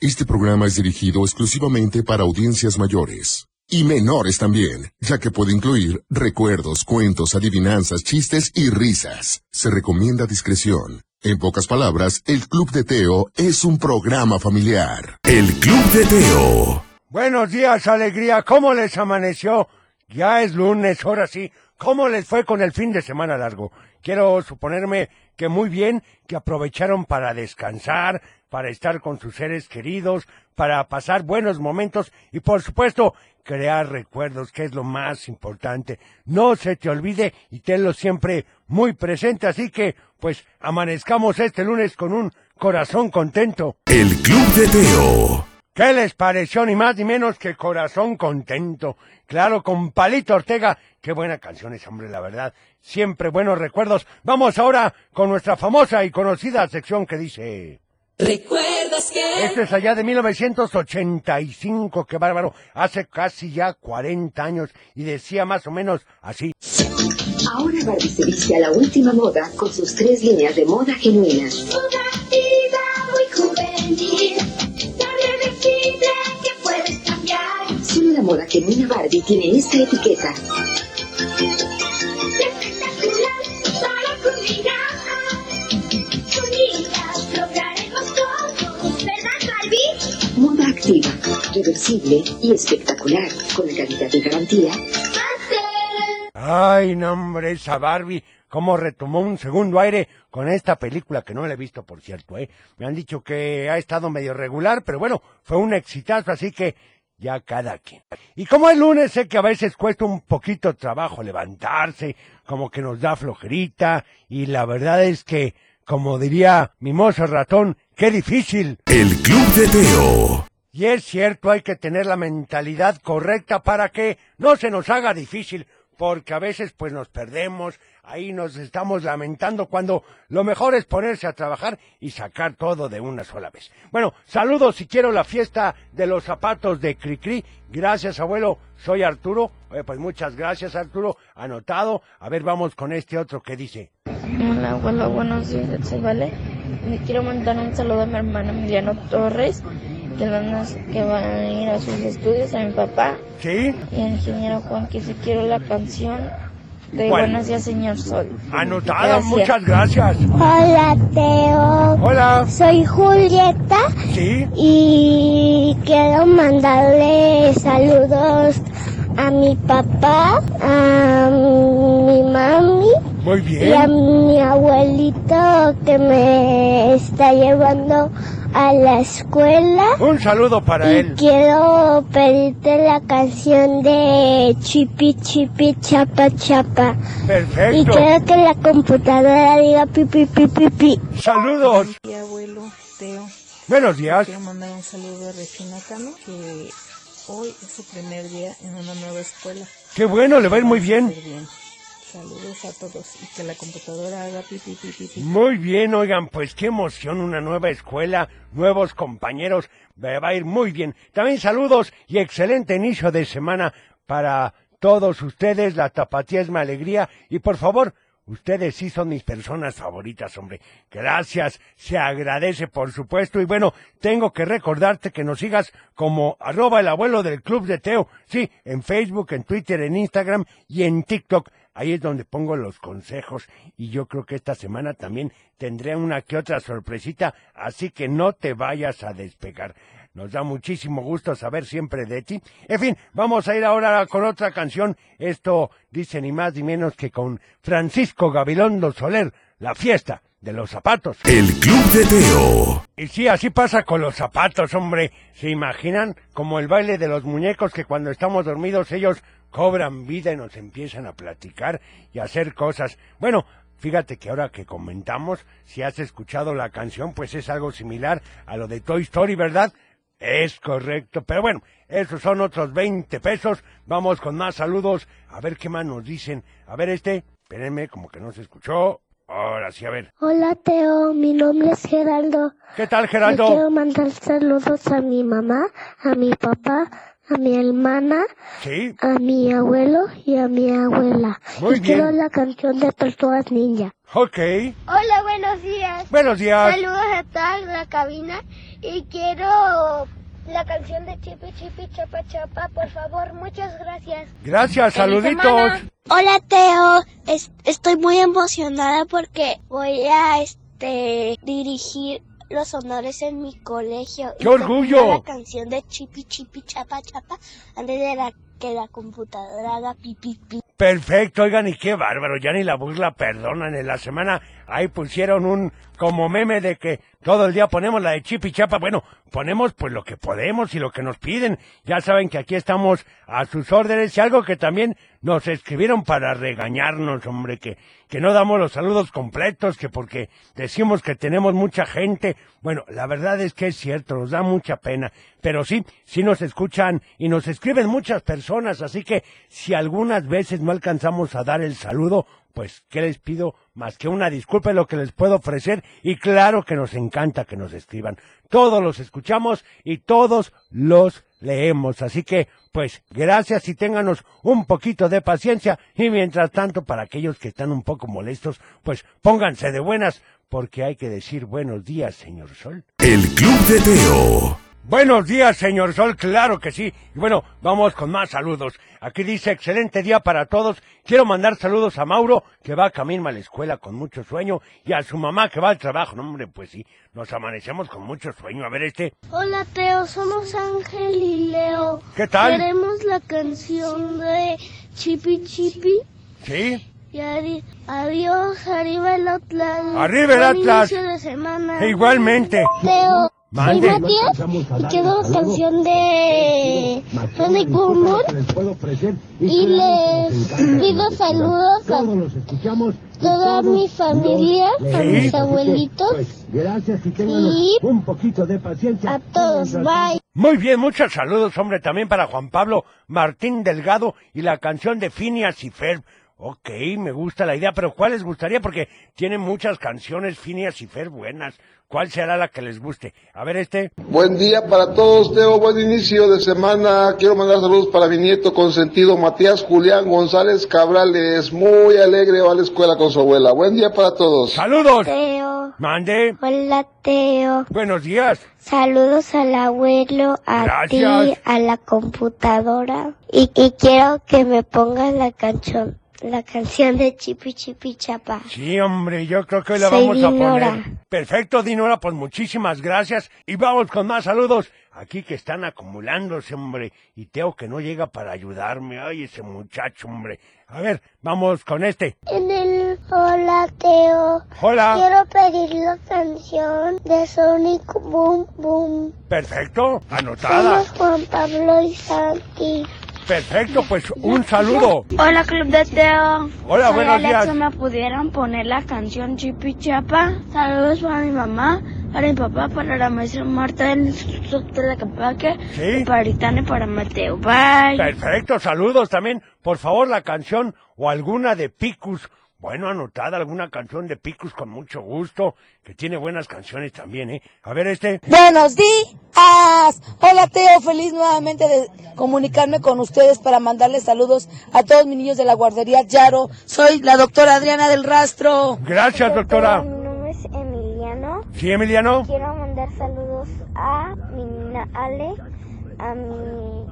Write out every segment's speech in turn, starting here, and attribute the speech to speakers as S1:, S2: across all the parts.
S1: Este programa es dirigido exclusivamente para audiencias mayores. Y menores también, ya que puede incluir recuerdos, cuentos, adivinanzas, chistes y risas. Se recomienda discreción. En pocas palabras, el Club de Teo es un programa familiar.
S2: El Club de Teo.
S3: Buenos días, alegría. ¿Cómo les amaneció? Ya es lunes, ahora sí. ¿Cómo les fue con el fin de semana largo? Quiero suponerme que muy bien, que aprovecharon para descansar, para estar con sus seres queridos, para pasar buenos momentos y por supuesto crear recuerdos, que es lo más importante. No se te olvide y tenlo siempre muy presente. Así que, pues, amanezcamos este lunes con un corazón contento.
S2: El Club de Teo.
S3: ¿Qué les pareció? Ni más ni menos que Corazón Contento. Claro, con Palito Ortega. Qué buena canción es, hombre, la verdad. Siempre buenos recuerdos. Vamos ahora con nuestra famosa y conocida sección que dice...
S4: ¿Recuerdas
S3: Esto
S4: que?
S3: es allá de 1985, qué bárbaro. Hace casi ya 40 años y decía más o menos así.
S5: Ahora Barbie se viste a la última moda con sus tres líneas de moda genuina.
S6: Una vida muy juvenil, la revestida que puedes cambiar.
S5: Solo la moda genuina Barbie tiene esta etiqueta.
S6: Espectacular para culminar. Unidas lograremos todo, ¿verdad, Barbie?
S5: Moda activa, reversible y espectacular, con la calidad de garantía.
S6: Hacer
S3: Ay, no, hombre, esa Barbie, cómo retomó un segundo aire con esta película que no la he visto, por cierto, ¿eh? Me han dicho que ha estado medio regular, pero bueno, fue un exitazo, así que ya cada quien. Y como el lunes sé que a veces cuesta un poquito trabajo levantarse, como que nos da flojerita, y la verdad es que, como diría mi mozo ratón, qué difícil.
S2: El Club de Teo.
S3: Y es cierto, hay que tener la mentalidad correcta para que no se nos haga difícil, porque a veces pues nos perdemos, ahí nos estamos lamentando cuando lo mejor es ponerse a trabajar y sacar todo de una sola vez. Bueno, saludos si quiero la fiesta de los zapatos de Cricri. Gracias, abuelo. Soy Arturo. Oye, pues muchas gracias, Arturo. Anotado. A ver, vamos con este otro que dice.
S7: Hola, abuelo, buenos días, soy Vale. Le quiero mandar un saludo a mi hermano Emiliano Torres, que van a, que van a ir a sus estudios, a mi papá
S3: ¿Sí?
S7: y al ingeniero Juan, que si quiero la canción de
S3: ¿Cuál?
S7: Buenos días, señor Sol.
S3: Anotada.
S7: Gracias.
S3: Ah, Muchas gracias.
S8: Hola Teo,
S3: Hola.
S8: soy Julieta
S3: ¿Sí?
S8: y quiero mandarle saludos a mi papá, a mi mami
S3: Muy
S8: y a
S3: bien.
S8: mi abuelito que me está llevando a la escuela.
S3: Un saludo para
S8: Y
S3: él.
S8: quiero pedirte la canción de Chipi Chipi Chapa Chapa. Y
S3: Perfecto.
S8: quiero que la computadora diga pipi pipi pi.
S3: Saludos.
S9: Y abuelo Teo,
S3: Buenos días.
S9: quiero mandar un saludo a Regina Cano, que hoy es su primer día en una nueva escuela.
S3: Qué bueno, le va a ir muy bien.
S9: Muy bien. Saludos a todos y que la computadora haga pipi pipi pipi.
S3: Muy bien, oigan, pues qué emoción, una nueva escuela, nuevos compañeros, me va a ir muy bien. También saludos y excelente inicio de semana para todos ustedes, la tapatía es mi alegría y por favor, ustedes sí son mis personas favoritas, hombre. Gracias, se agradece por supuesto y bueno, tengo que recordarte que nos sigas como arroba el abuelo del Club de Teo, sí, en Facebook, en Twitter, en Instagram y en TikTok. Ahí es donde pongo los consejos y yo creo que esta semana también tendré una que otra sorpresita, así que no te vayas a despegar. Nos da muchísimo gusto saber siempre de ti. En fin, vamos a ir ahora con otra canción. Esto dice ni más ni menos que con Francisco Gabilondo Soler, La fiesta de los zapatos.
S2: El Club de Teo.
S3: Y sí, así pasa con los zapatos, hombre. ¿Se imaginan? Como el baile de los muñecos que cuando estamos dormidos ellos cobran vida y nos empiezan a platicar y a hacer cosas. Bueno, fíjate que ahora que comentamos, si has escuchado la canción, pues es algo similar a lo de Toy Story, ¿verdad? Es correcto, pero bueno, esos son otros 20 pesos. Vamos con más saludos, a ver qué más nos dicen. A ver este, espérenme, como que no se escuchó. Ahora sí, a ver.
S8: Hola Teo, mi nombre es Geraldo.
S3: ¿Qué tal,
S8: Le
S3: Geraldo?
S8: quiero mandar saludos a mi mamá, a mi papá, a mi hermana,
S3: Sí,
S8: a mi abuelo y a mi abuela.
S3: Muy
S8: y quiero
S3: bien.
S8: la canción de Tortugas Ninja.
S3: ok.
S8: Hola, buenos días.
S3: Buenos días.
S8: Saludos a toda la cabina y quiero
S7: la canción de Chipi Chipi Chapa Chapa, por favor, muchas gracias.
S3: Gracias, saluditos.
S10: semana.
S7: Hola Teo, Es- estoy muy emocionada porque voy a este dirigir los honores en mi colegio.
S3: ¡Qué
S7: Y tocar
S3: orgullo!
S7: La canción de Chipi Chipi Chapa Chapa antes de la que la computadora haga pipi pi.
S3: Perfecto, oigan, y qué bárbaro, ya ni la burla perdonan. En la semana ahí pusieron un como meme de que todo el día ponemos la de chip y chapa. Bueno, ponemos pues lo que podemos y lo que nos piden. Ya saben que aquí estamos a sus órdenes y algo que también nos escribieron para regañarnos, hombre, que, que no damos los saludos completos, que porque decimos que tenemos mucha gente. Bueno, la verdad es que es cierto, nos da mucha pena. Pero sí, sí nos escuchan y nos escriben muchas personas, así que si algunas veces no alcanzamos a dar el saludo, pues ¿qué les pido? Más que una disculpa es lo que les puedo ofrecer y claro que nos encanta que nos escriban. Todos los escuchamos y todos los leemos, así que pues gracias y ténganos un poquito de paciencia y mientras tanto para aquellos que están un poco molestos, pues pónganse de buenas porque hay que decir buenos días, señor Sol.
S1: El Club de Teo.
S3: Buenos días, señor Sol, claro que sí. Y bueno, vamos con más saludos. Aquí dice, excelente día para todos. Quiero mandar saludos a Mauro, que va camino a la escuela con mucho sueño, y a su mamá, que va al trabajo. No, hombre, pues sí, nos amanecemos con mucho sueño. A ver este.
S7: Hola Teo, somos Ángel y Leo.
S3: ¿Qué tal?
S7: Queremos la canción de Chipi Chipi.
S3: ¿Sí?
S7: Y adi- adiós, arriba el Atlas.
S3: Arriba el
S7: Buen
S3: Atlas.
S7: inicio de semana.
S3: E igualmente.
S7: Teo, soy
S3: Mande.
S7: Matías y quiero la canción de Sonic Boom Boom. Y les pido saludos a toda mi familia, a mis abuelitos. Y a todos, bye.
S3: Muy bien, muchos saludos, hombre, también para Juan Pablo Martín Delgado y la canción de Phineas y Ferb. Ok, me gusta la idea, pero ¿cuál les gustaría? Porque tienen muchas canciones Phineas y Ferb buenas. ¿Cuál será la que les guste? A ver este.
S11: Buen día para todos, Teo. Buen inicio de semana. Quiero mandar saludos para mi nieto consentido, Matías Julián González Cabrales. Muy alegre, va a la escuela con su abuela. Buen día para todos.
S3: ¡Saludos!
S7: Teo,
S3: Mande.
S7: hola Teo.
S3: Buenos días.
S7: Saludos al abuelo, a ti,
S3: Gracias.
S7: a la computadora. Y, y quiero que me pongas la canción, la canción de Chipi Chipi Chapa.
S3: Sí, hombre, yo creo que hoy la
S7: Soy
S3: vamos a
S7: Dinora.
S3: poner. Perfecto, Dinora, pues muchísimas gracias. Y vamos con más saludos. Aquí que están acumulándose, hombre. Y Teo que no llega para ayudarme. Ay, ese muchacho, hombre. A ver, vamos con este.
S7: En el Hola Teo,
S3: Hola.
S7: quiero pedir la canción de Sonic Boom Boom.
S3: Perfecto, anotada.
S7: Somos Juan Pablo y Santi.
S3: Perfecto, pues un saludo.
S8: Hola Club de Teo.
S3: Hola,
S8: Soy
S3: buenos
S8: Alexa,
S3: días.
S8: ¿Me pudieron poner la canción Chipi Chapa? Saludos para mi mamá, para mi papá, para la maestra Marta del Instituto Tlaquepaque,
S3: Sí.
S8: y para Aritana y para Mateo. Bye.
S3: Perfecto, saludos también. Por favor, la canción o alguna de Picus. Bueno, anotada alguna canción de Picus con mucho gusto, que tiene buenas canciones también, ¿eh? A ver este.
S9: Buenos días. Hola Teo, feliz nuevamente de comunicarme con ustedes para mandarles saludos a todos mis niños de la guardería Yaro. Soy la doctora Adriana del Rastro.
S3: Gracias, doctora.
S7: Mi nombre es Emiliano.
S3: Sí, Emiliano.
S7: Quiero mandar saludos a mi nina Ale, a mi,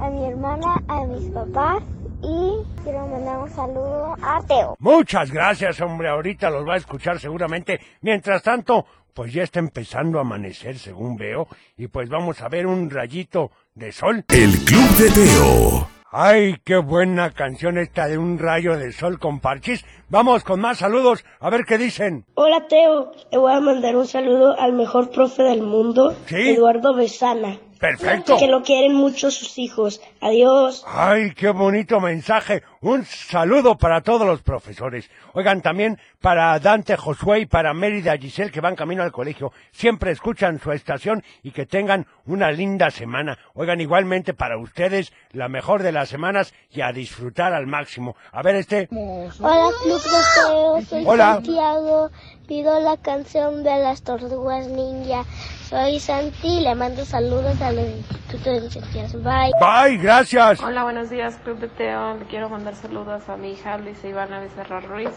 S7: a mi hermana, a mis papás y quiero mandar un saludo a Teo.
S3: Muchas gracias, hombre. Ahorita los va a escuchar seguramente. Mientras tanto, pues ya está empezando a amanecer, según veo. Y pues vamos a ver un rayito de sol.
S1: El Club de Teo.
S3: Ay, qué buena canción esta de un rayo de sol con parchís. Vamos con más saludos, a ver qué dicen.
S9: Hola Teo, le voy a mandar un saludo al mejor profe del mundo,
S3: Sí.
S9: Eduardo Besana.
S3: Perfecto.
S9: lo quieren mucho sus hijos. Adiós.
S3: Ay, qué bonito mensaje. Un saludo para todos los profesores. Oigan, también para Dante Josué y para Mérida Giselle que van camino al colegio. Siempre escuchan su estación y que tengan una linda semana. Oigan, igualmente para ustedes, la mejor de las semanas y a disfrutar al máximo. A ver este.
S7: Hola Club de Teo, soy
S3: Hola.
S7: Santiago, pido la canción de las tortugas ninja. Soy Santi y le mando saludos a los institutos de licencias. Bye.
S3: Bye, gracias.
S9: Hola, buenos días Club de Teo. Le quiero mandar saludos a mi hija Luisa Ivana Becerra Ruiz,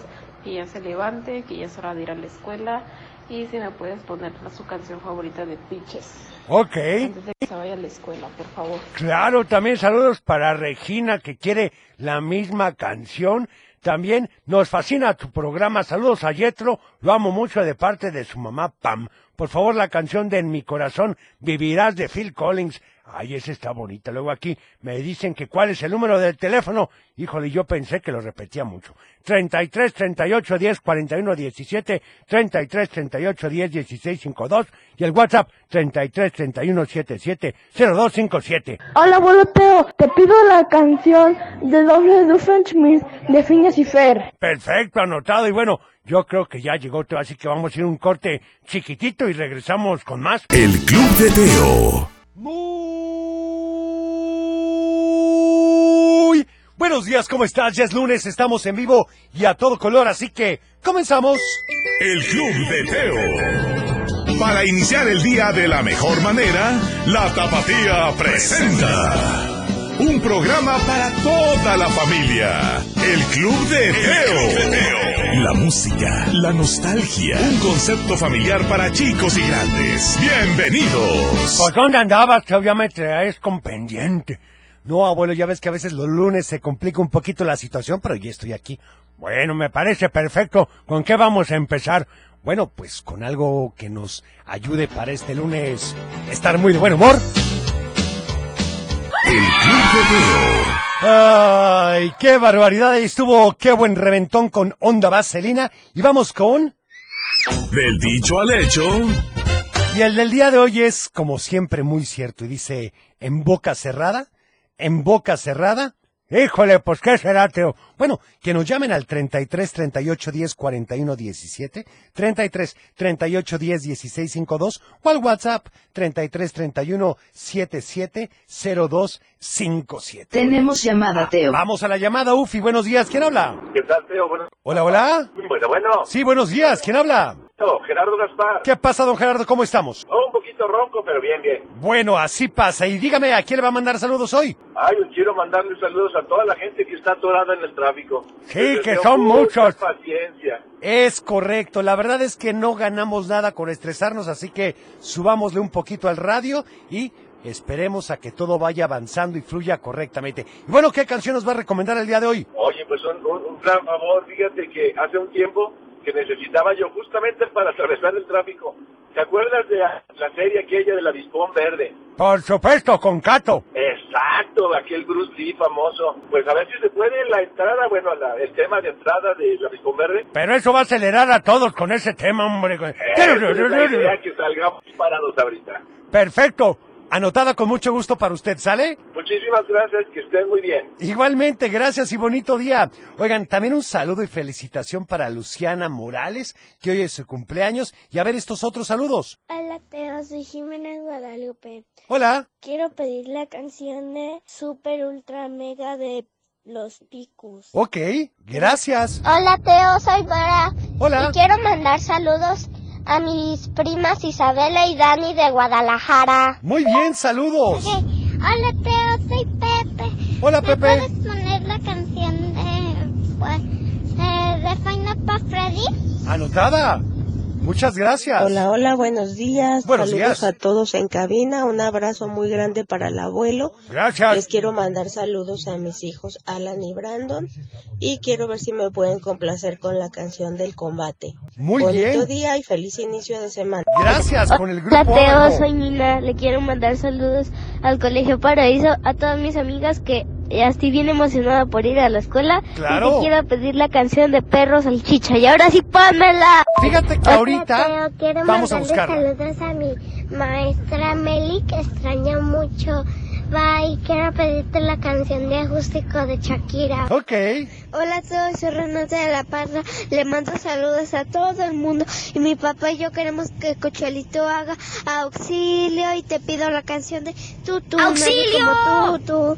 S9: que ya se levante, que ya es hora de ir a la escuela.
S12: Y si me puedes poner su canción favorita de Pitches.
S13: Ok.
S12: Antes de que se vaya a la escuela, por favor.
S13: Claro, también saludos para Regina que quiere la misma canción. También nos fascina tu programa. Saludos a Yetro, lo amo mucho de parte de su mamá Pam. Por favor, la canción de En mi corazón vivirás de Phil Collins. Ay, esa está bonita. Luego aquí me dicen que cuál es el número del teléfono. Híjole, yo pensé que lo repetía mucho. 33 38 10 41 17, 33 38 10 16 52 y el WhatsApp 33 31 77 0257.
S14: Hola, abuelo Teo. Te pido la canción de Doble de Frenchman de Phineas y Fer.
S13: Perfecto, anotado y bueno, yo creo que ya llegó todo, así que vamos a ir a un corte chiquitito y regresamos con más.
S1: El Club de Teo.
S13: Muy buenos días, ¿cómo estás? Ya es lunes, estamos en vivo y a todo color, así que comenzamos.
S1: El Club de Teo. Para iniciar el día de la mejor manera, la Tapatía presenta. Un programa para toda la familia. El Club de Teo. La música, la nostalgia, un concepto familiar para chicos y grandes. Bienvenidos.
S13: Pues dónde andabas, que obviamente traes con pendiente.
S3: No, abuelo, ya ves que a veces los lunes se complica un poquito la situación, pero ya estoy aquí.
S13: Bueno, me parece perfecto. ¿Con qué vamos a empezar?
S3: Bueno, pues con algo que nos ayude para este lunes estar muy de buen humor.
S1: El Club de Teo.
S3: ¡Ay, qué barbaridad! Ahí estuvo, qué buen reventón con Onda Vaselina. Y vamos con...
S1: Del dicho al hecho.
S3: Y el del día de hoy es, como siempre, muy cierto. Y dice, en boca cerrada, en boca cerrada.
S13: Híjole, pues qué será, Teo.
S3: Bueno, que nos llamen al 33 38 10 41 17, 33 38 10 16 52 o al WhatsApp 33 31 77 02 57.
S15: Tenemos llamada, Teo.
S3: Vamos a la llamada, Ufi. Buenos días, ¿quién habla?
S11: ¿Qué tal, Teo? Bueno,
S3: Hola, hola.
S11: bueno, bueno.
S3: Sí, buenos días, ¿quién habla?
S11: No, Gerardo Gaspar.
S3: ¿Qué pasa, don Gerardo? ¿Cómo estamos?
S11: Oh, un poquito ronco, pero bien, bien.
S3: Bueno, así pasa. Y dígame, ¿a quién le va a mandar saludos hoy?
S11: Ay, yo quiero mandarle saludos a toda la gente que está atorada en el tráfico.
S13: Sí,
S11: Les
S13: que
S11: deseo
S13: son
S11: mucha
S13: muchos.
S11: paciencia.
S3: Es correcto, la verdad es que no ganamos nada con estresarnos, así que subámosle un poquito al radio y esperemos a que todo vaya avanzando y fluya correctamente. Y bueno, ¿qué canción nos va a recomendar el día de hoy?
S11: Oye, pues un, un- un gran favor, fíjate que hace un tiempo que necesitaba yo justamente para atravesar el tráfico. ¿Te acuerdas de la la serie aquella de la Dispón Verde?
S13: Por supuesto, con Cato.
S11: Exacto, aquel Bruce Lee famoso. Pues a ver si se puede la entrada, bueno, la- el tema de entrada de la Dispón Verde.
S13: Pero eso va a acelerar a todos con ese tema, hombre.
S11: Esa es la idea, que salgamos parados ahorita.
S3: Perfecto, anotada con mucho gusto para usted, ¿sale?
S11: Muchísimas gracias, que estén muy bien.
S3: Igualmente, gracias y bonito día. Oigan, también un saludo y felicitación para Luciana Morales, que hoy es su cumpleaños. Y a ver estos otros saludos.
S7: Hola, Teo. Soy Jimena Guadalupe.
S3: Hola.
S7: Quiero pedir la canción de Super Ultra Mega de Los Picus.
S3: Ok, gracias.
S7: Hola, Teo. Soy Dora.
S3: Hola.
S7: Y quiero mandar saludos a mis primas Isabela y Dani de Guadalajara.
S3: Muy bien, saludos.
S7: Hola, Teo. Soy Pepe.
S3: Hola, Pepe.
S7: poner la canción de, pues, de Freddy?
S3: Anotada. Muchas gracias.
S9: Hola, hola, buenos días.
S3: Buenos
S9: Saludos
S3: días.
S9: a todos en cabina. Un abrazo muy grande para el abuelo.
S13: Gracias.
S9: Les quiero mandar saludos a mis hijos Alan y Brandon. Y quiero ver si me pueden complacer con la canción del combate.
S3: Muy
S9: Bonito
S3: bien.
S9: día y feliz inicio de semana.
S3: Gracias con el
S16: Hola
S3: grupo.
S16: Teo,
S3: Ánimo.
S16: soy Nina. Le quiero mandar saludos al Colegio Paraíso, a todas mis amigas que ya estoy bien emocionada por ir a la escuela.
S3: Claro.
S16: Y te quiero pedir la canción de Perros Salchicha. Y ahora sí, pónmela.
S3: Fíjate que ahorita
S7: quiero
S3: vamos a
S7: mandarle
S3: buscarla.
S7: saludos a mi maestra Meli, que extraño mucho. Bye, quiero pedirte la canción de acústico de Shakira.
S3: Ok.
S7: Hola a todos, soy Renata de la Parra. Le mando saludos a todo el mundo. Y mi papá y yo queremos que Cochelito haga auxilio. Y te pido la canción de Tutu.
S6: ¡Auxilio!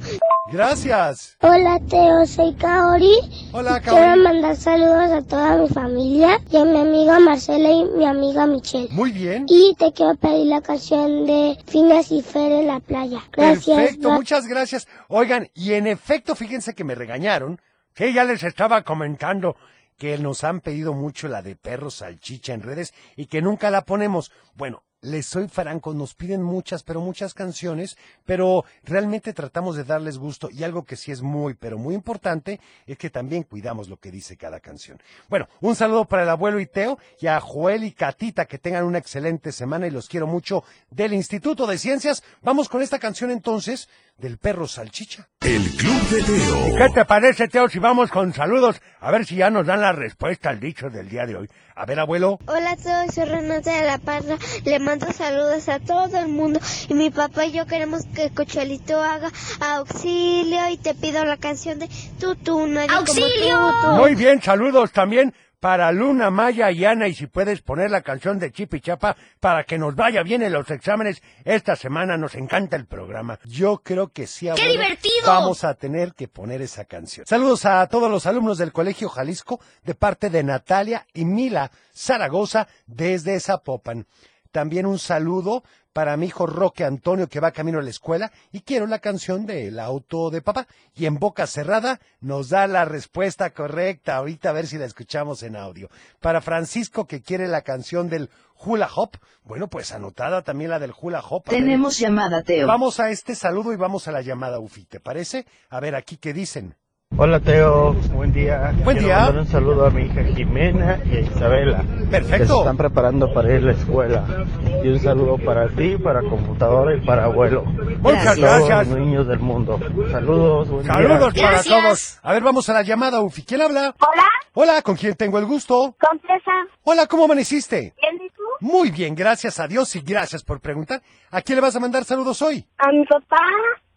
S3: Gracias.
S7: Hola Teo, soy Kaori.
S3: Hola, Kaori.
S7: Y Quiero mandar saludos a toda mi familia y a mi amiga Marcela y mi amiga Michelle.
S3: Muy bien.
S7: Y te quiero pedir la canción de Finas y Fer en la playa. Gracias.
S3: Perfecto,
S7: bye.
S3: muchas gracias. Oigan, y en efecto, fíjense que me regañaron.
S13: Sí, ya les estaba comentando
S3: que nos han pedido mucho la de perro salchicha en redes y que nunca la ponemos. Bueno, les soy franco, nos piden muchas, pero muchas canciones, pero realmente tratamos de darles gusto y algo que sí es muy, pero muy importante es que también cuidamos lo que dice cada canción. Bueno, un saludo para el abuelo Iteo y a Joel y Catita, que tengan una excelente semana y los quiero mucho del Instituto de Ciencias. Vamos con esta canción entonces del perro salchicha.
S1: El Club de Teo.
S17: ¿Qué te parece, Teo, si vamos con saludos? A ver si ya nos dan la respuesta al dicho del día de hoy. A ver, abuelo.
S7: Hola a todos, soy Renata de la Parra. Le mando saludos a todo el mundo. Y mi papá y yo queremos que Cochelito haga auxilio y te pido la canción de Tutu. No
S18: ¡Auxilio!
S17: Muy bien, saludos también para Luna, Maya y Ana. Y si puedes poner la canción de Chip y Chapa para que nos vaya bien en los exámenes esta semana. Nos encanta el programa. Yo creo que sí, abuelo,
S18: divertido!
S3: Vamos a tener que poner esa canción. Saludos a todos los alumnos del Colegio Jalisco de parte de Natalia y Mila Zaragoza desde Zapopan. También un saludo para mi hijo Roque Antonio que va camino a la escuela y quiero la canción del auto de papá. Y en boca cerrada nos da la respuesta correcta. Ahorita a ver si la escuchamos en audio. Para Francisco que quiere la canción del hula hop. Bueno, pues anotada también la del hula hop. A ver.
S19: Tenemos llamada, Teo.
S3: Vamos a este saludo y vamos a la llamada, Ufi. ¿Te parece? A ver aquí qué dicen.
S11: Hola Teo, buen día.
S3: Buen
S11: Quiero
S3: día.
S11: mandar un saludo a mi hija Jimena y a Isabela. Que se
S3: Perfecto.
S11: están preparando para ir a la escuela. Y un saludo para ti, para computadora y para abuelo.
S3: Muchas
S11: Y a todos
S3: gracias.
S11: los niños del mundo. Saludos, buen día.
S3: Saludos para
S11: Gracias.
S3: todos. A ver, vamos a la llamada, Ufi. ¿Quién habla? Hola. Hola, ¿con quién tengo el gusto?
S18: Con César.
S3: Hola, ¿cómo amaneciste?
S18: ¿Bien y tú?
S3: Muy bien, gracias a Dios y gracias por preguntar. ¿A quién le vas a mandar saludos hoy?
S8: A mi papá,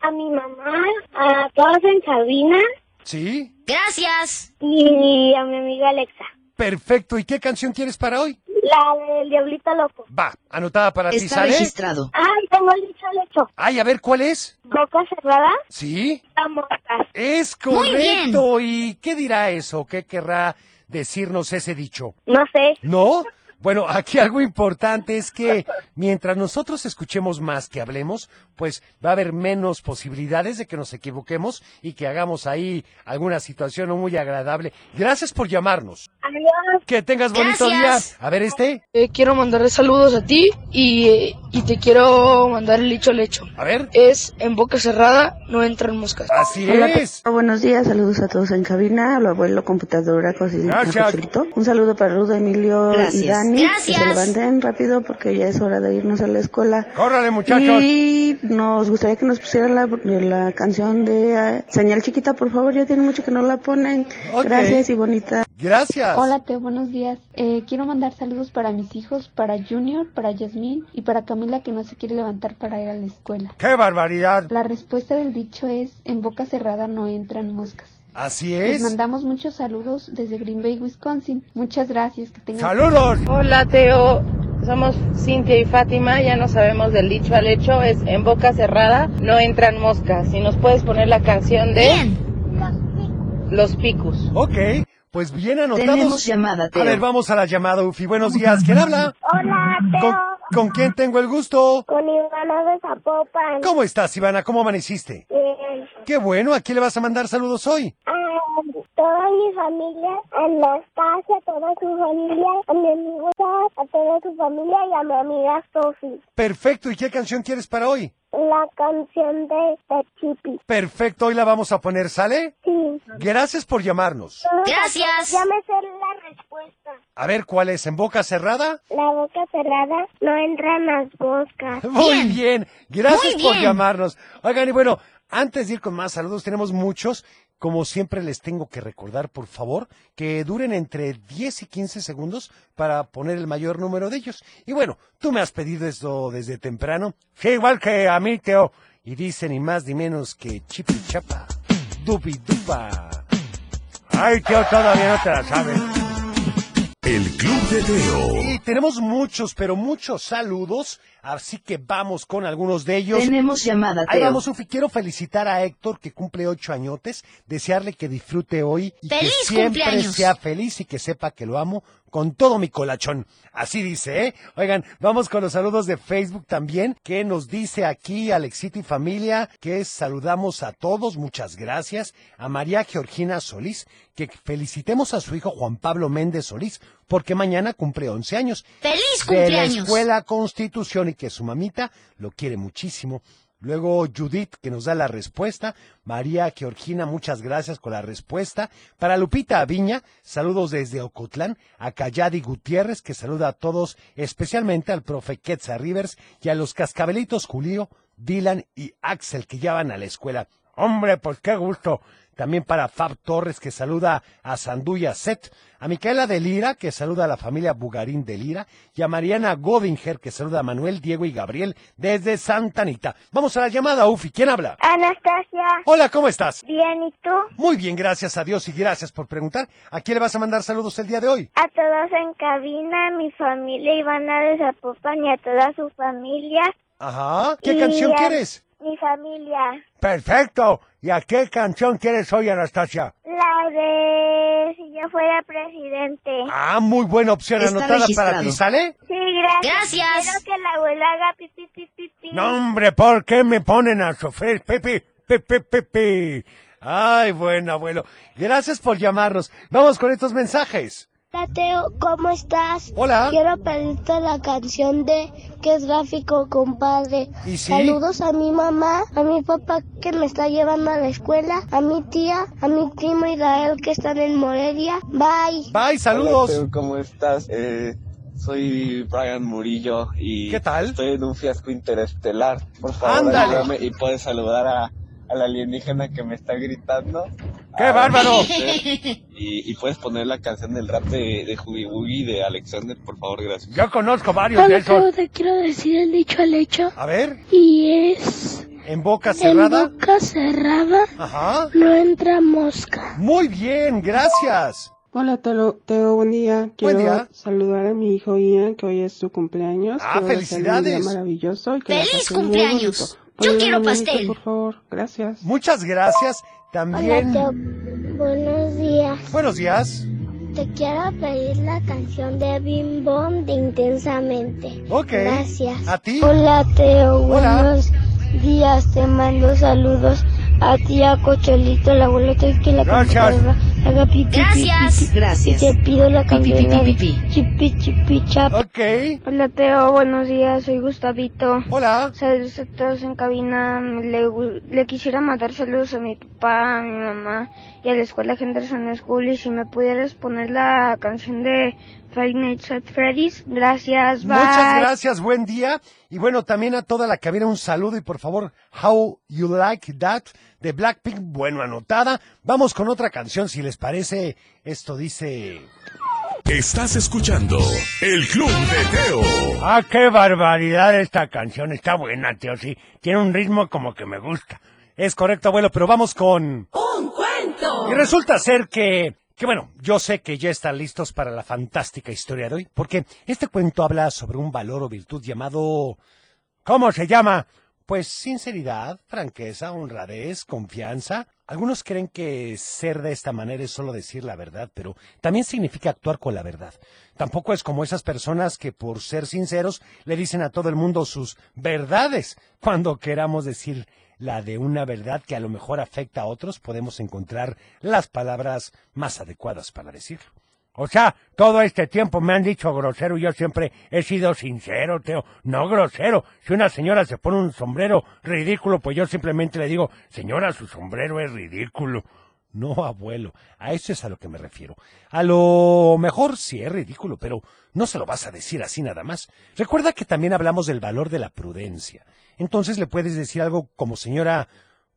S8: a mi mamá, a todos en cabina
S3: ¿Sí?
S18: Gracias.
S8: y a mi amiga Alexa.
S3: Perfecto. ¿Y qué canción quieres para hoy?
S8: La del Diablito Loco.
S3: Va, anotada para ti,
S8: Está
S3: ¿sale?
S8: registrado. Ay, tengo el dicho al hecho.
S3: Ay, a ver, ¿cuál es?
S8: Boca cerrada,
S3: ¿Sí?
S8: estamos
S3: Es
S8: Muy bien.
S3: correcto. ¿Y qué dirá eso? ¿Qué querrá decirnos ese dicho?
S8: No sé.
S3: ¿No? Bueno, aquí algo importante es que mientras nosotros escuchemos más que hablemos, pues va a haber menos posibilidades de que nos equivoquemos y que hagamos ahí alguna situación no muy agradable. Gracias por llamarnos.
S8: Adiós.
S3: Que tengas bonito
S20: Gracias.
S3: día. A ver este.
S20: Eh, quiero mandarle saludos a ti y, eh, y te quiero mandar el dicho al hecho.
S3: A ver.
S20: Es en boca cerrada no entran moscas.
S3: Así
S9: Ah, Buenos días, saludos a todos en cabina, a lo abuelo, computadora, cocina,
S3: Gracias.
S9: cochelito. Un saludo para Rudo, Emilio
S3: Gracias.
S9: y Dani. Que se
S3: Gracias.
S9: levanten rápido porque ya es hora de irnos a la escuela.
S3: Córrale, muchachos.
S9: Y nos gustaría que nos pusieran la, la canción de eh, Señal Chiquita, por favor, ya tiene mucho que no la ponen.
S3: Ok.
S9: Gracias y bonita.
S3: Gracias.
S21: Hola, Teo, buenos días. Eh, quiero mandar saludos para mis hijos, para Junior, para Yasmín y para Camila que no se quiere levantar para ir a la escuela.
S3: ¡Qué barbaridad!
S21: La respuesta del dicho es, en boca cerrada no entran moscas.
S3: Así
S21: Les
S3: es.
S21: mandamos muchos saludos desde Green Bay, Wisconsin. Muchas gracias. Que tengan
S3: ¡Saludos!
S5: Hola Teo, somos Cintia y Fátima, ya no sabemos del dicho al hecho, es en boca cerrada no entran moscas. Si nos puedes poner la canción de Los Picus.
S3: Ok, pues bien anotados.
S20: Tenemos llamada, Teo.
S3: A ver, vamos a la llamada, Ufi. Buenos días. ¿Quién habla?
S8: Hola,
S3: ¿Con, con quién tengo el gusto?
S8: Con Ivana de Zapopan.
S3: ¿Cómo estás, Ivana? ¿Cómo amaneciste?
S8: Bien.
S3: Qué bueno, ¿a quién le vas a mandar saludos hoy?
S8: A toda mi familia, a Anastasia, a toda su familia, a mi amigo Sas, a toda su familia y a mi amiga Sofi.
S3: Perfecto, ¿y qué canción quieres para hoy?
S8: La canción de Tachipi.
S3: Perfecto, hoy la vamos a poner, ¿sale?
S8: Sí.
S3: Gracias por llamarnos.
S8: Gracias. Ya me sé la respuesta.
S3: A ver, ¿cuál es? ¿En boca cerrada?
S8: La boca cerrada no entran las moscas.
S3: Muy bien, gracias
S8: Muy
S3: por
S8: bien.
S3: llamarnos. Oigan, y bueno, antes de ir con más saludos, tenemos muchos. Como siempre les tengo que recordar, por favor, que duren entre 10 y 15 segundos para poner el mayor número de ellos. Y bueno, tú me has pedido esto desde temprano. Sí, igual que a mí, Teo. Y dice ni más ni menos que chipi chapa, dubi duba. Ay, Teo, todavía no te la sabes.
S1: El Club de Teo.
S3: Y tenemos muchos, pero muchos saludos Así que vamos con algunos de ellos.
S5: Tenemos llamada,
S3: Ahí
S5: Teo.
S3: vamos, Sufi. Quiero felicitar a Héctor, que cumple ocho añotes. Desearle que disfrute hoy y
S5: ¡Feliz
S3: que siempre
S5: cumpleaños!
S3: sea feliz y que sepa que lo amo con todo mi colachón. Así dice, ¿eh? Oigan, vamos con los saludos de Facebook también, que nos dice aquí Alexito y familia, que saludamos a todos, muchas gracias. A María Georgina Solís, que felicitemos a su hijo Juan Pablo Méndez Solís, porque mañana cumple 11 años.
S5: ¡Feliz
S3: De la
S5: cumpleaños!
S3: Escuela Constitución y que su mamita lo quiere muchísimo. Luego Judith, que nos da la respuesta. María Georgina, muchas gracias con la respuesta. Para Lupita Aviña, saludos desde Ocotlán. A Cayadi Gutiérrez, que saluda a todos, especialmente al profe Quetzal Rivers y a los cascabelitos Julio, Dylan y Axel, que ya van a la escuela. Hombre, pues qué gusto. También para Fab Torres, que saluda a Sanduya Set, a Micaela de Lira, que saluda a la familia Bugarín de Lira, y a Mariana Godinger, que saluda a Manuel, Diego y Gabriel desde Santa Anita. Vamos a la llamada, Ufi. ¿Quién habla?
S22: Anastasia.
S3: Hola, ¿cómo estás?
S22: Bien, ¿y tú?
S3: Muy bien, gracias a Dios y gracias por preguntar. ¿A quién le vas a mandar saludos el día de hoy?
S22: A todos en cabina, a mi familia Ivana de Zapopan y a toda su familia.
S3: Ajá. ¿Qué
S22: Y
S3: canción
S22: a
S3: quieres?
S22: Mi familia.
S23: Perfecto. ¿Y a qué canción quieres hoy, Anastasia?
S22: La de si yo fuera presidente.
S3: Ah, muy buena opción
S22: Está
S3: anotada para
S22: registrado.
S3: ti, ¿sale?
S22: Sí, gracias.
S5: Gracias.
S22: Quiero que la abuela haga pipi, pipi, pipi.
S23: No, hombre, ¿por qué me ponen a sufrir, Pepe? Pepe, Pepe.
S3: Ay, bueno, abuelo. Gracias por llamarnos. Vamos con estos mensajes.
S7: Tateo, ¿cómo estás?
S3: Hola.
S7: Quiero pedirte la canción de que es gráfico, compadre.
S3: ¿Y sí?
S7: Saludos a mi mamá, a mi papá que me está llevando a la escuela, a mi tía, a mi primo Israel que están en Morelia. Bye.
S3: Bye, saludos.
S11: Hola, Teo, ¿Cómo estás? Eh, soy Brian Murillo y
S3: ¿Qué tal?
S11: estoy en un fiasco interestelar. Por favor,
S3: Ándale.
S11: ayúdame y puedes saludar a, al alienígena que me está gritando. Ah,
S3: ¡Qué
S11: A-
S3: bárbaro!
S11: Y, y puedes poner la canción del rap de, de Hoogie Woogie de Alexander, por favor, gracias.
S3: Yo conozco varios de
S7: Hola, Teo,
S3: esos.
S7: te quiero decir el dicho al hecho.
S3: A ver,
S7: Y es...
S3: en boca
S7: En
S3: cerrada.
S7: boca cerrada
S3: Ajá.
S7: no entra mosca.
S3: Muy bien, gracias.
S9: Hola Teo, Teo, buen día. Quiero
S3: día.
S9: saludar a mi hijo Ian, que hoy es su cumpleaños.
S3: Ah,
S9: Quiero desearle un día
S3: felicidades.
S9: maravilloso y que la
S3: ¡Feliz
S9: pase muy
S3: cumpleaños!
S9: bonito.
S3: Yo
S9: Ponle
S3: quiero
S9: una manita,
S3: pastel.
S9: Por favor, gracias.
S3: Muchas gracias. También.
S7: Hola, Teo. Buenos días.
S3: Buenos días.
S7: Te quiero pedir la canción de Bim Bom de Intensamente.
S3: Ok.
S7: Gracias.
S3: ¿A ti?
S7: Hola, Teo. Buenos días. Te mando saludos a ti, a Cocholito, la abuelita que la
S3: Gracias.
S7: computadora haga pipi,
S5: Gracias.
S7: pipi, pipi.
S5: Gracias.
S7: Y Te pido la
S5: Pipi,
S7: canción
S5: pipi,
S7: de
S5: pipi.
S7: Chipi Chipi Chap.
S8: Hola Teo, buenos días, soy Gustavito.
S3: Hola.
S8: Saludos a todos en cabina. Le, gu- le quisiera mandar saludos a mi papá, a mi mamá y a la escuela Henderson School. Y si me pudieras poner la canción de Five Nights at Freddy's, gracias, bye.
S3: Muchas gracias, buen día. Y bueno, también a toda la cabina un saludo y por favor, How You Like That de Blackpink, bueno, anotada. Vamos con otra canción, si les parece. Esto dice...
S24: Estás escuchando El Club de Teo.
S23: Ah, qué barbaridad esta canción. Está buena, tío, sí. Tiene un ritmo como que me gusta.
S3: Es correcto, abuelo, pero vamos con... Y resulta ser que, que bueno, yo sé que ya están listos para la fantástica historia de hoy, porque este cuento habla sobre un valor o virtud llamado... ¿Cómo se llama? Pues sinceridad, franqueza, honradez, confianza. Algunos creen que ser de esta manera es solo decir la verdad, pero también significa actuar con la verdad. Tampoco es como esas personas que por ser sinceros le dicen a todo el mundo sus verdades. Cuando queramos decir la de una verdad que a lo mejor afecta a otros, podemos encontrar las palabras más adecuadas para decirlo.
S23: O sea, todo este tiempo me han dicho grosero y yo siempre he sido sincero, Teo. No grosero. Si una señora se pone un sombrero ridículo, pues yo simplemente le digo, señora, su sombrero es ridículo.
S3: No, abuelo, a eso es a lo que me refiero. A lo mejor sí es ridículo, pero no se lo vas a decir así nada más. Recuerda que también hablamos del valor de la prudencia. Entonces le puedes decir algo como señora,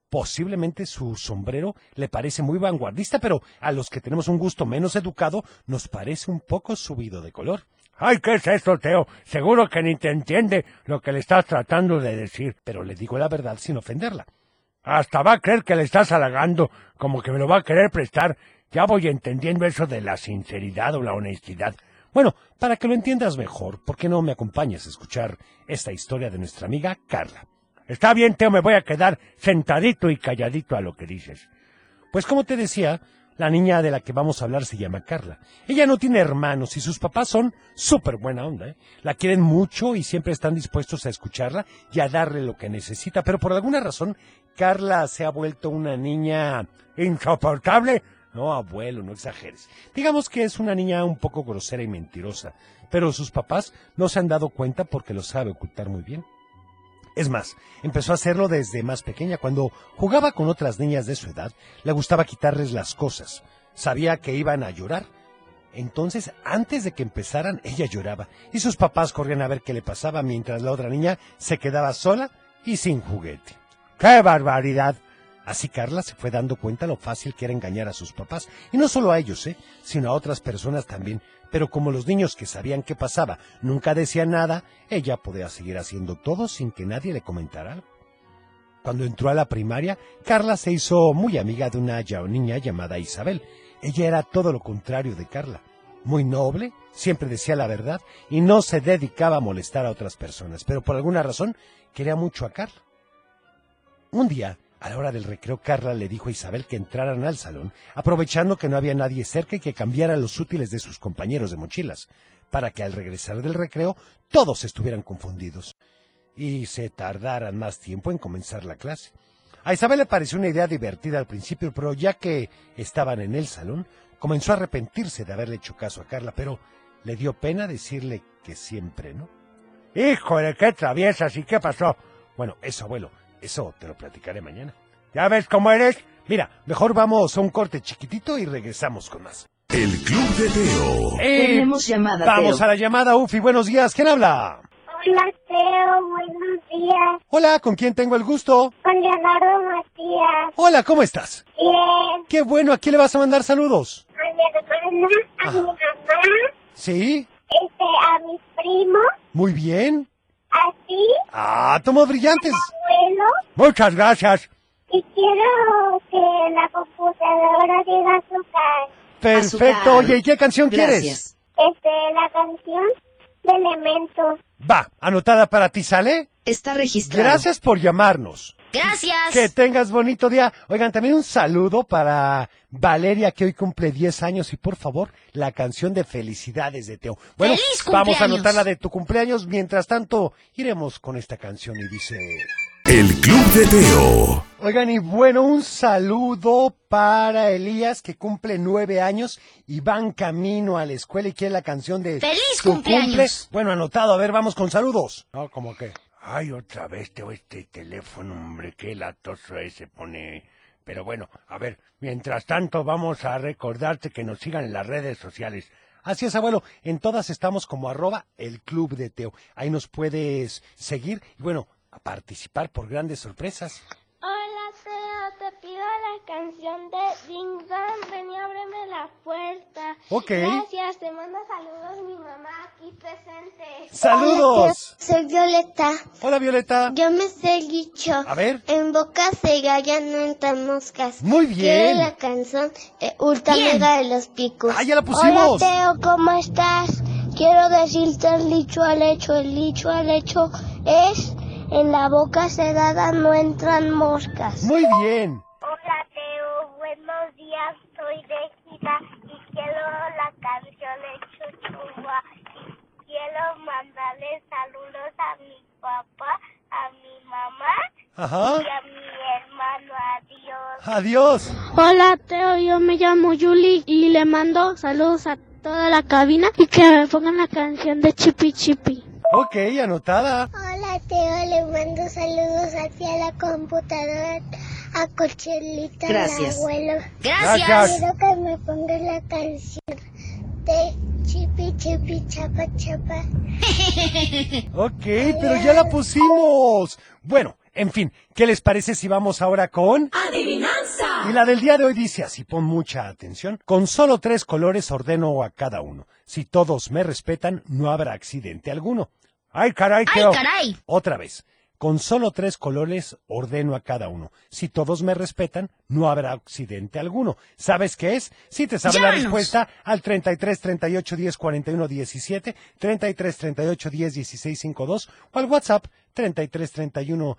S3: posiblemente su sombrero le parece muy vanguardista, pero a los que tenemos un gusto menos educado nos parece un poco subido de color.
S23: Ay, ¿qué es esto, Teo? Seguro que ni te entiende lo que le estás tratando de decir.
S3: Pero le digo la verdad sin ofenderla.
S23: Hasta va a creer que le estás halagando, como que me lo va a querer prestar. Ya voy entendiendo eso de la sinceridad o la honestidad.
S3: Bueno, para que lo entiendas mejor, ¿por qué no me acompañas a escuchar esta historia de nuestra amiga Carla?
S13: Está bien, Teo, me voy a quedar sentadito y calladito a lo que dices.
S3: Pues como te decía, la niña de la que vamos a hablar se llama Carla. Ella no tiene hermanos y sus papás son súper buena onda. ¿eh? La quieren mucho y siempre están dispuestos a escucharla y a darle lo que necesita. Pero por alguna razón, Carla se ha vuelto una niña insoportable. No, abuelo, no exageres. Digamos que es una niña un poco grosera y mentirosa, pero sus papás no se han dado cuenta porque lo sabe ocultar muy bien. Es más, empezó a hacerlo desde más pequeña. Cuando jugaba con otras niñas de su edad, le gustaba quitarles las cosas. Sabía que iban a llorar. Entonces, antes de que empezaran, ella lloraba y sus papás corrían a ver qué le pasaba mientras la otra niña se quedaba sola y sin juguete.
S13: ¡Qué barbaridad!
S3: Así Carla se fue dando cuenta lo fácil que era engañar a sus papás, y no solo a ellos, ¿eh? sino a otras personas también. Pero como los niños que sabían qué pasaba nunca decían nada, ella podía seguir haciendo todo sin que nadie le comentara Cuando entró a la primaria, Carla se hizo muy amiga de una niña llamada Isabel. Ella era todo lo contrario de Carla. Muy noble, siempre decía la verdad y no se dedicaba a molestar a otras personas, pero por alguna razón quería mucho a Carla. Un día, a la hora del recreo, Carla le dijo a Isabel que entraran al salón, aprovechando que no había nadie cerca y que cambiara los útiles de sus compañeros de mochilas, para que al regresar del recreo todos estuvieran confundidos y se tardaran más tiempo en comenzar la clase. A Isabel le pareció una idea divertida al principio, pero ya que estaban en el salón, comenzó a arrepentirse de haberle hecho caso a Carla, pero le dio pena decirle que siempre no.
S13: Híjole, qué traviesas y qué pasó.
S3: Bueno, eso, abuelo, eso te lo platicaré mañana.
S13: ¿Ya ves cómo eres?
S3: Mira, mejor vamos a un corte chiquitito y regresamos con más.
S1: El Club de Teo.
S3: Eh,
S4: Tenemos llamada.
S3: Vamos
S4: Teo.
S3: a la llamada, Ufi. Buenos días. ¿Quién habla?
S25: Hola, Teo, buenos días.
S3: Hola, ¿con quién tengo el gusto?
S25: Con Leonardo Matías.
S3: Hola, ¿cómo estás?
S25: Bien.
S3: Qué bueno, ¿a quién le vas a mandar saludos?
S25: A mi hermana, a
S5: Ah.
S25: mi mamá,
S3: ¿Sí?
S25: este, a mis primos,
S3: Muy bien.
S25: a ti,
S3: Ah, tomos brillantes.
S25: abuelo.
S13: Muchas gracias.
S25: Y quiero que la computadora diga azúcar.
S3: Perfecto. Oye, ¿y qué canción quieres?
S25: Este, la canción de Elementos.
S3: Va, anotada para ti, ¿sale?
S4: Está registrado.
S3: Gracias por llamarnos.
S25: Gracias.
S3: Que tengas bonito día. Oigan, también un saludo para Valeria, que hoy cumple 10 años. Y por favor, la canción de Felicidades de Teo. Bueno,
S26: ¡Feliz
S3: vamos a
S26: cumpleaños!
S3: anotar la de tu cumpleaños. Mientras tanto, iremos con esta canción y dice...
S1: El Club de Teo.
S3: Oigan, y bueno, un saludo para Elías, que cumple nueve años y van camino a la escuela y quiere la canción de...
S13: ¡Feliz
S3: Tu
S13: cumpleaños!
S3: Bueno, anotado. A ver, vamos con saludos.
S13: No, como que. Ay, otra vez te este teléfono, hombre, qué latoso ese pone. Pero bueno, a ver, mientras tanto vamos a recordarte que nos sigan en las redes sociales.
S3: Así es, abuelo. En todas estamos como arroba el club de Teo. Ahí nos puedes seguir y bueno, a participar por grandes sorpresas.
S8: Hola, Teo, te pido la canción de Ding Dong, ven y ábreme la puerta.
S3: Ok.
S8: Gracias, te mando saludos mi mamá aquí presente.
S3: ¡Saludos!
S8: Soy Violeta.
S3: Hola, Violeta.
S8: Yo me sé el dicho.
S3: A ver.
S8: En boca se gallan no entran moscas.
S3: Muy bien.
S8: Quiero la canción eh, Ultra Mega de los Picos.
S3: Ah, ya la pusimos.
S8: Hola, Teo, ¿cómo estás? Quiero decirte el dicho al hecho. El dicho al hecho es... En la boca sedada no entran moscas.
S3: Muy bien.
S25: Hola, Teo, buenos días. Soy de Gira y quiero la canción de Chuchuba. Y quiero mandarle saludos a mi papá, a mi mamá
S3: Ajá.
S25: y a mi hermano. Adiós.
S3: Adiós.
S8: Hola, Teo, yo me llamo Yuli y le mando saludos a toda la cabina y que me pongan la canción de Chipi Chipi.
S3: Ok, anotada.
S8: Hola, Teo, le mando saludos hacia la computadora a Cochelita,
S25: Gracias.
S8: el abuelo.
S25: Gracias. Gracias.
S8: Quiero que me pongas la canción de Chipi Chipi Chapa Chapa.
S3: Ok, pero ya la pusimos. Bueno, en fin, ¿qué les parece si vamos ahora con...
S4: Adivinanza.
S3: Y la del día de hoy dice así, pon mucha atención. Con solo tres colores ordeno a cada uno. Si todos me respetan, no habrá accidente alguno. ¡Ay, caray,
S26: ¡Ay,
S3: Teo!
S26: caray!
S3: Otra vez. Con solo tres colores ordeno a cada uno. Si todos me respetan, no habrá accidente alguno. ¿Sabes qué es? Si te sabes la
S26: Llámanos.
S3: respuesta al 33 38 10 41 17, 33 38 10 16 52 o al WhatsApp 33 31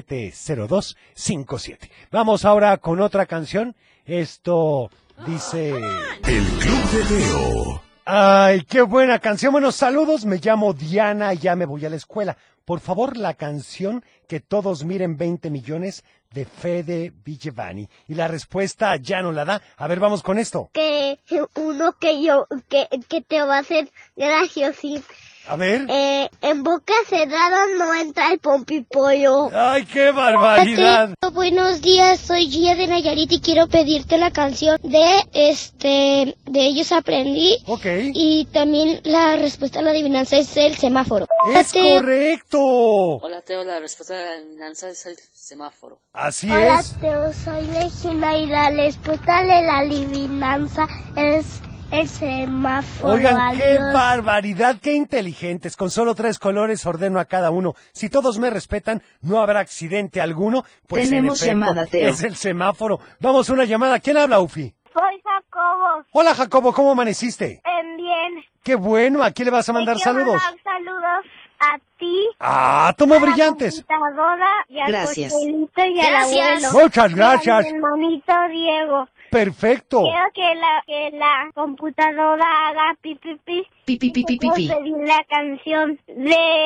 S3: 7702 57. Vamos ahora con otra canción. Esto dice...
S1: El Club de Teo.
S3: Ay, qué buena canción. Buenos saludos. Me llamo Diana y ya me voy a la escuela. Por favor, la canción que todos miren 20 millones de Fede Villevani. Y la respuesta ya no la da. A ver, vamos con esto.
S8: Que uno que yo, que, que te va a hacer graciosísimo.
S3: A ver.
S8: Eh, en boca cerrada no entra el pompipollo.
S3: Ay, qué
S8: barbaridad. Buenos días, soy Gia de Nayarit y quiero pedirte la canción de este de ellos aprendí.
S3: Ok.
S8: Y también la respuesta a la adivinanza es el semáforo.
S3: ¡Es correcto!
S27: Hola Teo, la respuesta de la adivinanza es el semáforo.
S3: Así
S8: Hola,
S3: es.
S8: Teo, soy Legina y la respuesta de la adivinanza es el semáforo.
S3: Oigan, qué
S8: Adiós.
S3: barbaridad, qué inteligentes. Con solo tres colores ordeno a cada uno. Si todos me respetan, no habrá accidente alguno. Pues en
S4: Tenemos
S3: efecto,
S4: llamada, Teo.
S3: Es el semáforo. Vamos, una llamada. ¿Quién habla, Ufi?
S25: Soy Jacobo.
S3: Hola, Jacobo, ¿cómo amaneciste?
S25: Eh, bien.
S3: Qué bueno, ¿a quién le vas a mandar
S25: Te quiero
S3: saludos?
S25: mandar saludos a ti.
S3: Ah, tomo
S25: a la
S3: brillantes.
S25: computadora y a tu
S3: Gracias.
S25: abuelito y al
S3: Gracias.
S25: abuelo.
S3: Muchas
S25: Y
S3: gracias.
S25: a mi hermanito Diego.
S3: Perfecto.
S25: Quiero que la, que la computadora haga pi pi pi.
S4: Pi, pi, pi, pi, pi, pi.
S25: Quiero pedir la canción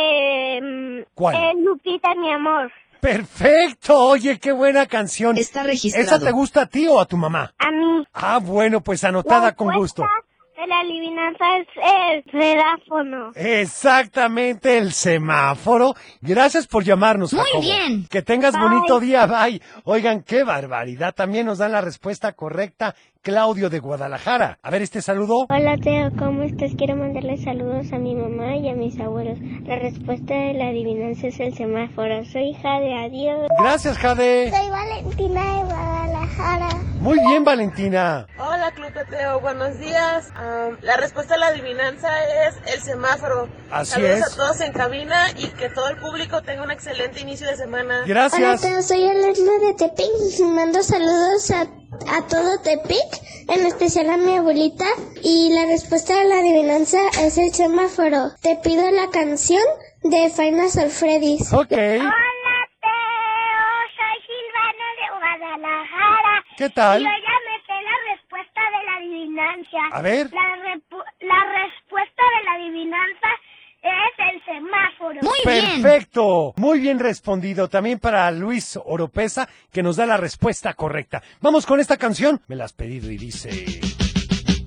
S25: de mm,
S3: ¿Cuál?
S25: eh, Lupita, mi amor.
S3: Perfecto, oye, qué buena canción. Está
S25: registrado.
S3: ¿Esa te gusta a ti o a tu mamá?
S25: A mí.
S3: Ah, bueno, pues anotada con gusto.
S25: De la adivinanza es el seráfono.
S3: Exactamente el semáforo. Gracias por llamarnos.
S25: Muy
S3: Jacobo.
S25: bien.
S3: Que tengas
S25: Bye.
S3: bonito día. Bye. Oigan, qué barbaridad. También nos dan la respuesta correcta Claudio de Guadalajara. A ver este saludo.
S8: Hola Teo, ¿cómo estás? Quiero mandarle saludos a mi mamá y a mis abuelos. La respuesta de la adivinanza es el semáforo. Soy hija de adiós.
S3: Gracias, Jade.
S8: Soy Valentina de Guadalajara.
S3: Muy bien, Valentina.
S9: Hola Club de Teo, buenos días. Am, la respuesta a la adivinanza es el semáforo.
S3: Así
S9: Saludos
S3: es.
S9: a todos en cabina y que todo el público tenga un excelente inicio de semana.
S8: Hola Teo, soy Alerna de Tepic y mando saludos a, a todo Tepic, en especial a mi abuelita. Y la respuesta de la adivinanza es el semáforo. Te pido la canción de Final Sol Freddy's.
S3: Ok.
S25: Hola, Teo. Soy Silvana de Guadalajara.
S3: ¿Qué tal?
S25: Y Yo ya me sé la respuesta de la adivinanza.
S3: A ver.
S25: La, repu- la respuesta de la adivinanza es el semáforo.
S3: Perfecto. Muy bien respondido. También para Luis Oropesa, que nos da la respuesta correcta. Vamos con esta canción. Me las pedí y dice.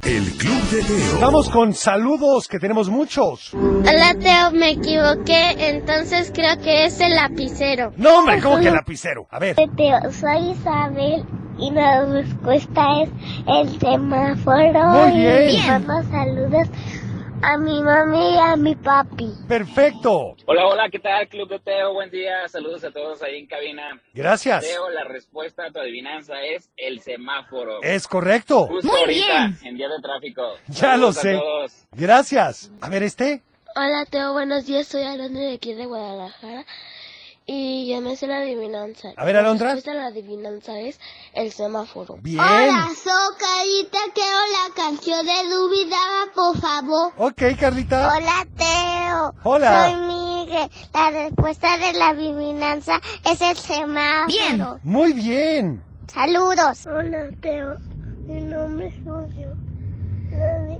S1: El Club de Teo.
S3: Vamos con saludos, que tenemos muchos.
S8: Hola Teo, me equivoqué, entonces creo que es el lapicero.
S3: No, hombre, ¿cómo que lapicero? A ver.
S8: Teo, Este, soy Isabel y la respuesta es el semáforo.
S3: Muy bien.
S8: Y les mando saludos a mi mami y a mi papi.
S3: Perfecto.
S28: Hola, hola, ¿qué tal, Club de Teo? Buen día, saludos a todos ahí en cabina.
S3: Gracias.
S28: Teo, la respuesta a tu adivinanza es el semáforo.
S3: Es correcto.
S28: Justo
S3: Muy
S28: ahorita,
S3: bien.
S28: en día de tráfico.
S3: Ya lo
S28: Saludos a
S3: sé.
S28: todos.
S3: Gracias. A ver este.
S8: Hola Teo, buenos días, soy Alondra de aquí de Guadalajara y ya me sé la adivinanza.
S3: A ver, Alondra.
S8: La respuesta a la adivinanza es el semáforo.
S3: Bien. Hola,
S8: soy Carita, quiero la canción de Dubidaba, por favor.
S3: Ok, Carlita.
S8: Hola Teo.
S3: Hola.
S8: Soy Miguel. La respuesta de la adivinanza es el semáforo. Bien.
S3: Muy bien.
S8: Saludos. Hola Teo. Mi nombre es Julio. La,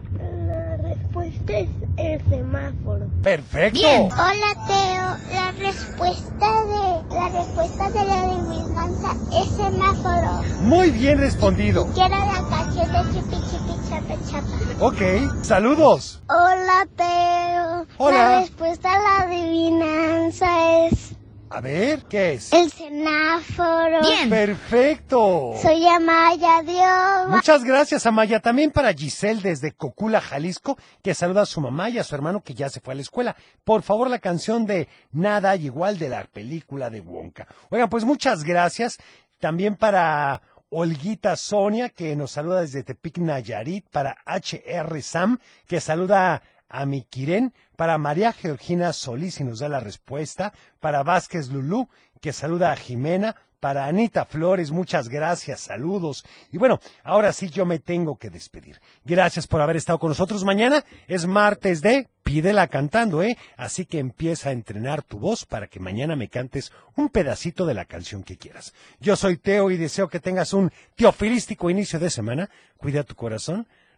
S8: respuesta es el semáforo.
S3: Perfecto.
S8: Hola Teo. La respuesta de la respuesta de la adivinanza es semáforo.
S3: Muy bien respondido.
S8: Quiero la canción de Chipi Chipi Chapa Chapa.
S3: Ok. Saludos.
S8: Hola, Teo.
S3: Hola.
S8: La respuesta a la adivinanza es
S3: A ver, ¿qué es?
S8: el semáforo.
S3: Perfecto.
S8: Soy Amaya, adiós.
S3: Muchas gracias, Amaya. También para Giselle desde Cocula, Jalisco, que saluda a su mamá y a su hermano que ya se fue a la escuela. Por favor, la canción de Nada y igual de la película de Wonka. Oigan, pues muchas gracias. También para Olguita Sonia, que nos saluda desde Tepic Nayarit, para HR Sam, que saluda a mi Quirén, para María Georgina Solís y nos da la respuesta, para Vázquez Lulú, que saluda a Jimena, para Anita Flores, muchas gracias, saludos. Y bueno, ahora sí yo me tengo que despedir. Gracias por haber estado con nosotros. Mañana es martes de Pídela cantando, ¿eh? Así que empieza a entrenar tu voz para que mañana me cantes un pedacito de la canción que quieras. Yo soy Teo y deseo que tengas un teofilístico inicio de semana. Cuida tu corazón.